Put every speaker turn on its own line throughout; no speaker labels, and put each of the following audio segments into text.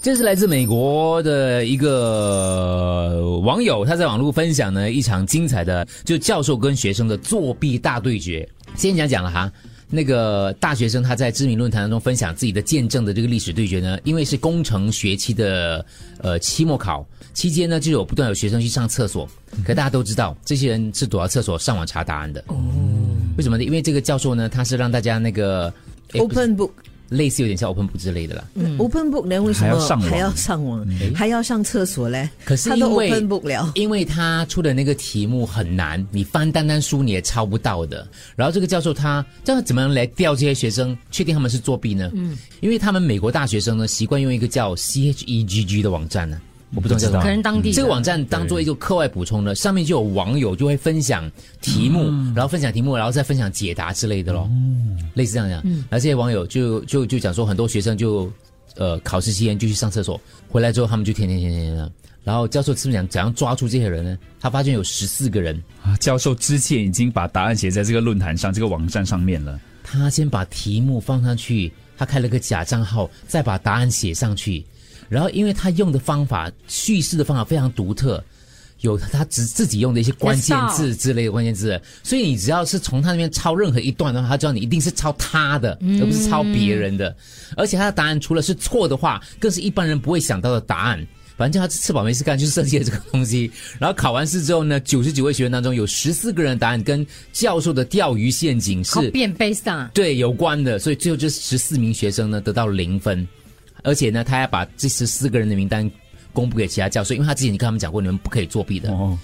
这是来自美国的一个网友，他在网络分享呢一场精彩的就教授跟学生的作弊大对决。先讲讲了哈，那个大学生他在知名论坛当中分享自己的见证的这个历史对决呢，因为是工程学期的呃期末考期间呢，就有不断有学生去上厕所，可大家都知道这些人是躲到厕所上网查答案的。哦，为什么呢？因为这个教授呢，他是让大家那个诶不是
Open book，
类似有点像 open book 之类的啦。
嗯，Open book 呢？为什
还要
么
上网
还要上网，还要上厕所嘞？
可是
他都
因为
Open book 了，
因为他出的那个题目很难，你翻单单书你也抄不到的。然后这个教授他这样怎么样来调这些学生，确定他们是作弊呢？嗯，因为他们美国大学生呢习惯用一个叫 CHEGG 的网站呢、我不懂叫什么
不
可。能当地的
这个网站当做一个课外补充的，上面就有网友就会分享题目，
嗯
然后分享题目，然后再分享解答之类的咯，类似这样讲。
嗯
然后这些网友就就就讲说，很多学生就呃考试期间就去上厕所，回来之后他们就舔舔舔舔舔。然后教授是不是讲怎样抓住这些人呢？他发现有十四个人，
啊教授之前已经把答案写在这个论坛上、这个网站上面了。
他先把题目放上去，他开了个假账号，再把答案写上去。然后，因为他用的方法叙事的方法非常独特，有他自自己用的一些关键字之类的关键字，所以你只要是从他那边抄任何一段的话，他知道你一定是抄他的，而不是抄别人的。而且他的答案除了是错的话，更是一般人不会想到的答案。反正他吃饱没事干，就设计了这个东西。然后考完试之后呢，九十九位学员当中有十四个人的答案跟教授的钓鱼陷阱是
copy and paste 啊，
对有关的，所以最后这十四名学生呢得到零分，而且呢，他还把这十四个人的名单公布给其他教授，因为他之前就跟他们讲过，你们不可以作弊的，
哦，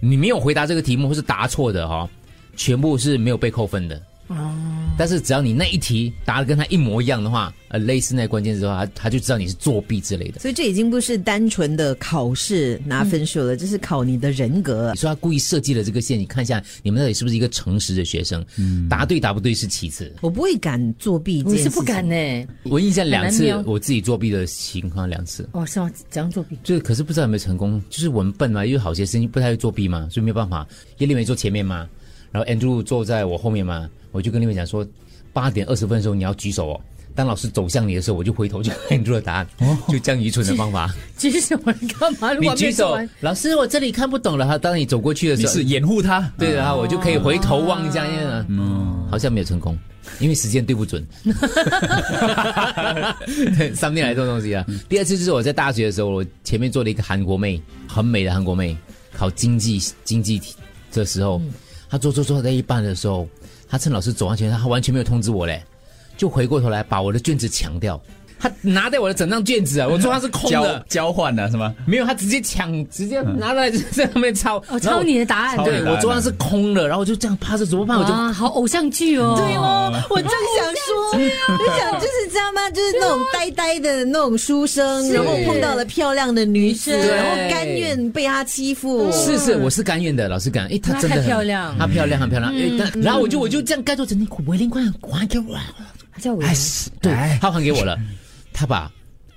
你没有回答这个题目或是答错的哦，全部是没有被扣分的。但是只要你那一题答的跟他一模一样的话，呃，类似那关键字的话，他他就知道你是作弊之类的。
所以这已经不是单纯的考试拿分数了，这是考你的人格
你。说他故意设计了这个线，你看一下你们到底是不是一个诚实的学生？
嗯
答对答不对是其次。
我不会敢作弊，
你是不敢。啊呢、
我印象两
很
次
难瞄
我自己作弊的情况两次。
哦，是吗？怎样作弊？
就是可是不知道有没有成功，就是我们笨嘛，因为好学生不太会作弊嘛，所以没有办法。叶丽梅坐前面嘛，然后 Andrew 坐在我后面嘛，我就跟丽梅讲说，八点二十分的时候你要举手哦。当老师走向你的时候，我就回头就看 Andrew 的答案，
哦
就这样愚蠢的方 法。
举手你干嘛？如
你
果没
举
有做
手
完，
老师我这里看不懂了。哈，当你走过去的
你
时候
是，掩护他，
啊对，啊然后我就可以回头望一下，因为嗯，好像没有成功，因为时间对不 准。对，三天来做东西啊。第二次就是我在大学的时候，我前面坐了一个韩国妹，很美的韩国妹，考经济经济题的时候，
嗯
她做做做到一半的时候，她趁老师走上前，她完全没有通知我嘞，就回过头来把我的卷子抢掉。她拿掉我的整张卷子啊！我桌上是空
交
的，
交换啊了 是吗？
没有，她直接抢，直接拿来在上面抄。然后
哦，抄你的答案
抄，
对
你的答案
我桌上是空的，然后我就这样趴着，怎么办？我就
哇，好偶像剧哦，对哦，
我正想说，我想就是这样吗？就是那种呆呆的那种书生，然后碰到了漂亮的女子，
对
然后甘愿被她欺负。
是是，我是甘愿的，老师感恩，哎，她真的很
她太漂亮
她漂亮，很漂亮。哎，但然后我就我就这样盖住整内裤，维林冠还给我，啊
嗯
哎
他叫我，
对，
哎
她还给我了，她把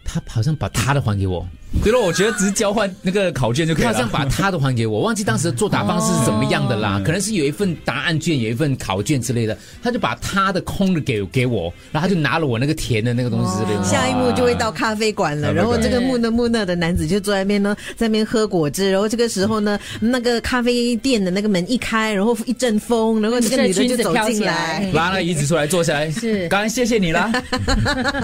她好像把她的还给我，
对了，我觉得只是交换那个考卷就可以
她
了。
好像把她的还给我，忘记当时的作答方式是怎么样的
哦
啦，可能是有一份答案卷，有一份考卷之类的，她就把她的空的给给我，然后她就拿了我那个甜的那个东西之类的。
下一幕就会到咖啡馆了，
哇
然后这个
咖啡馆
木讷木讷的男子就坐在那边呢，在那边喝果汁，然后这个时候呢，那个咖啡店的那个门一开，然后一阵风，然后这个女的就走进来，
拉了椅子出来坐下来，
是
刚才谢谢你啦，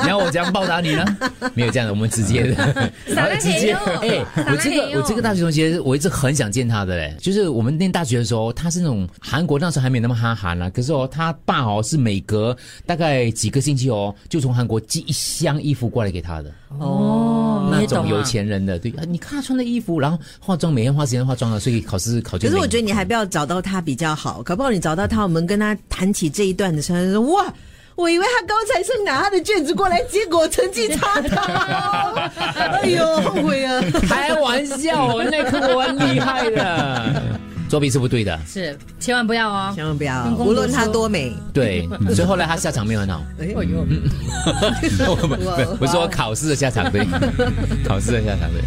你要我怎样报答你呢？
没有这样的，我们直接的，
撒浪
直接。哎
嘿哟撒
我
浪
这
嘿
个
哟
我这个大学同学，我一直很想见他的嘞。就是我们念大学的时候，他是那种韩国那时候还没有那么哈韩啊，可是哦，他爸哦是每隔大概几个星期哦，就从韩国寄一箱衣服过来给他的，
哦，你
那
也懂
种
啊
有，钱人的。对，啊你看他穿的衣服，然后化妆，每天花时间化妆啊，所以考试考
可
卷
是
没有。
我觉得你还不要找到他比较好，搞不好你找到他，我们跟他谈起这一段的时候，他说哇。我以为他刚才是拿他的卷子过来，结果成绩差到， 哎呦，后悔啊！
开玩笑，我哎那科我很厉害 的，作弊是不对的。
是千万不要哦。
千万不要
用，功
无论
读
他
书
多美，
对，所以后来他下场没有很好。嗯
哎
嗯哎 呦。
我不不，我说考试的下场对，考试的下场对。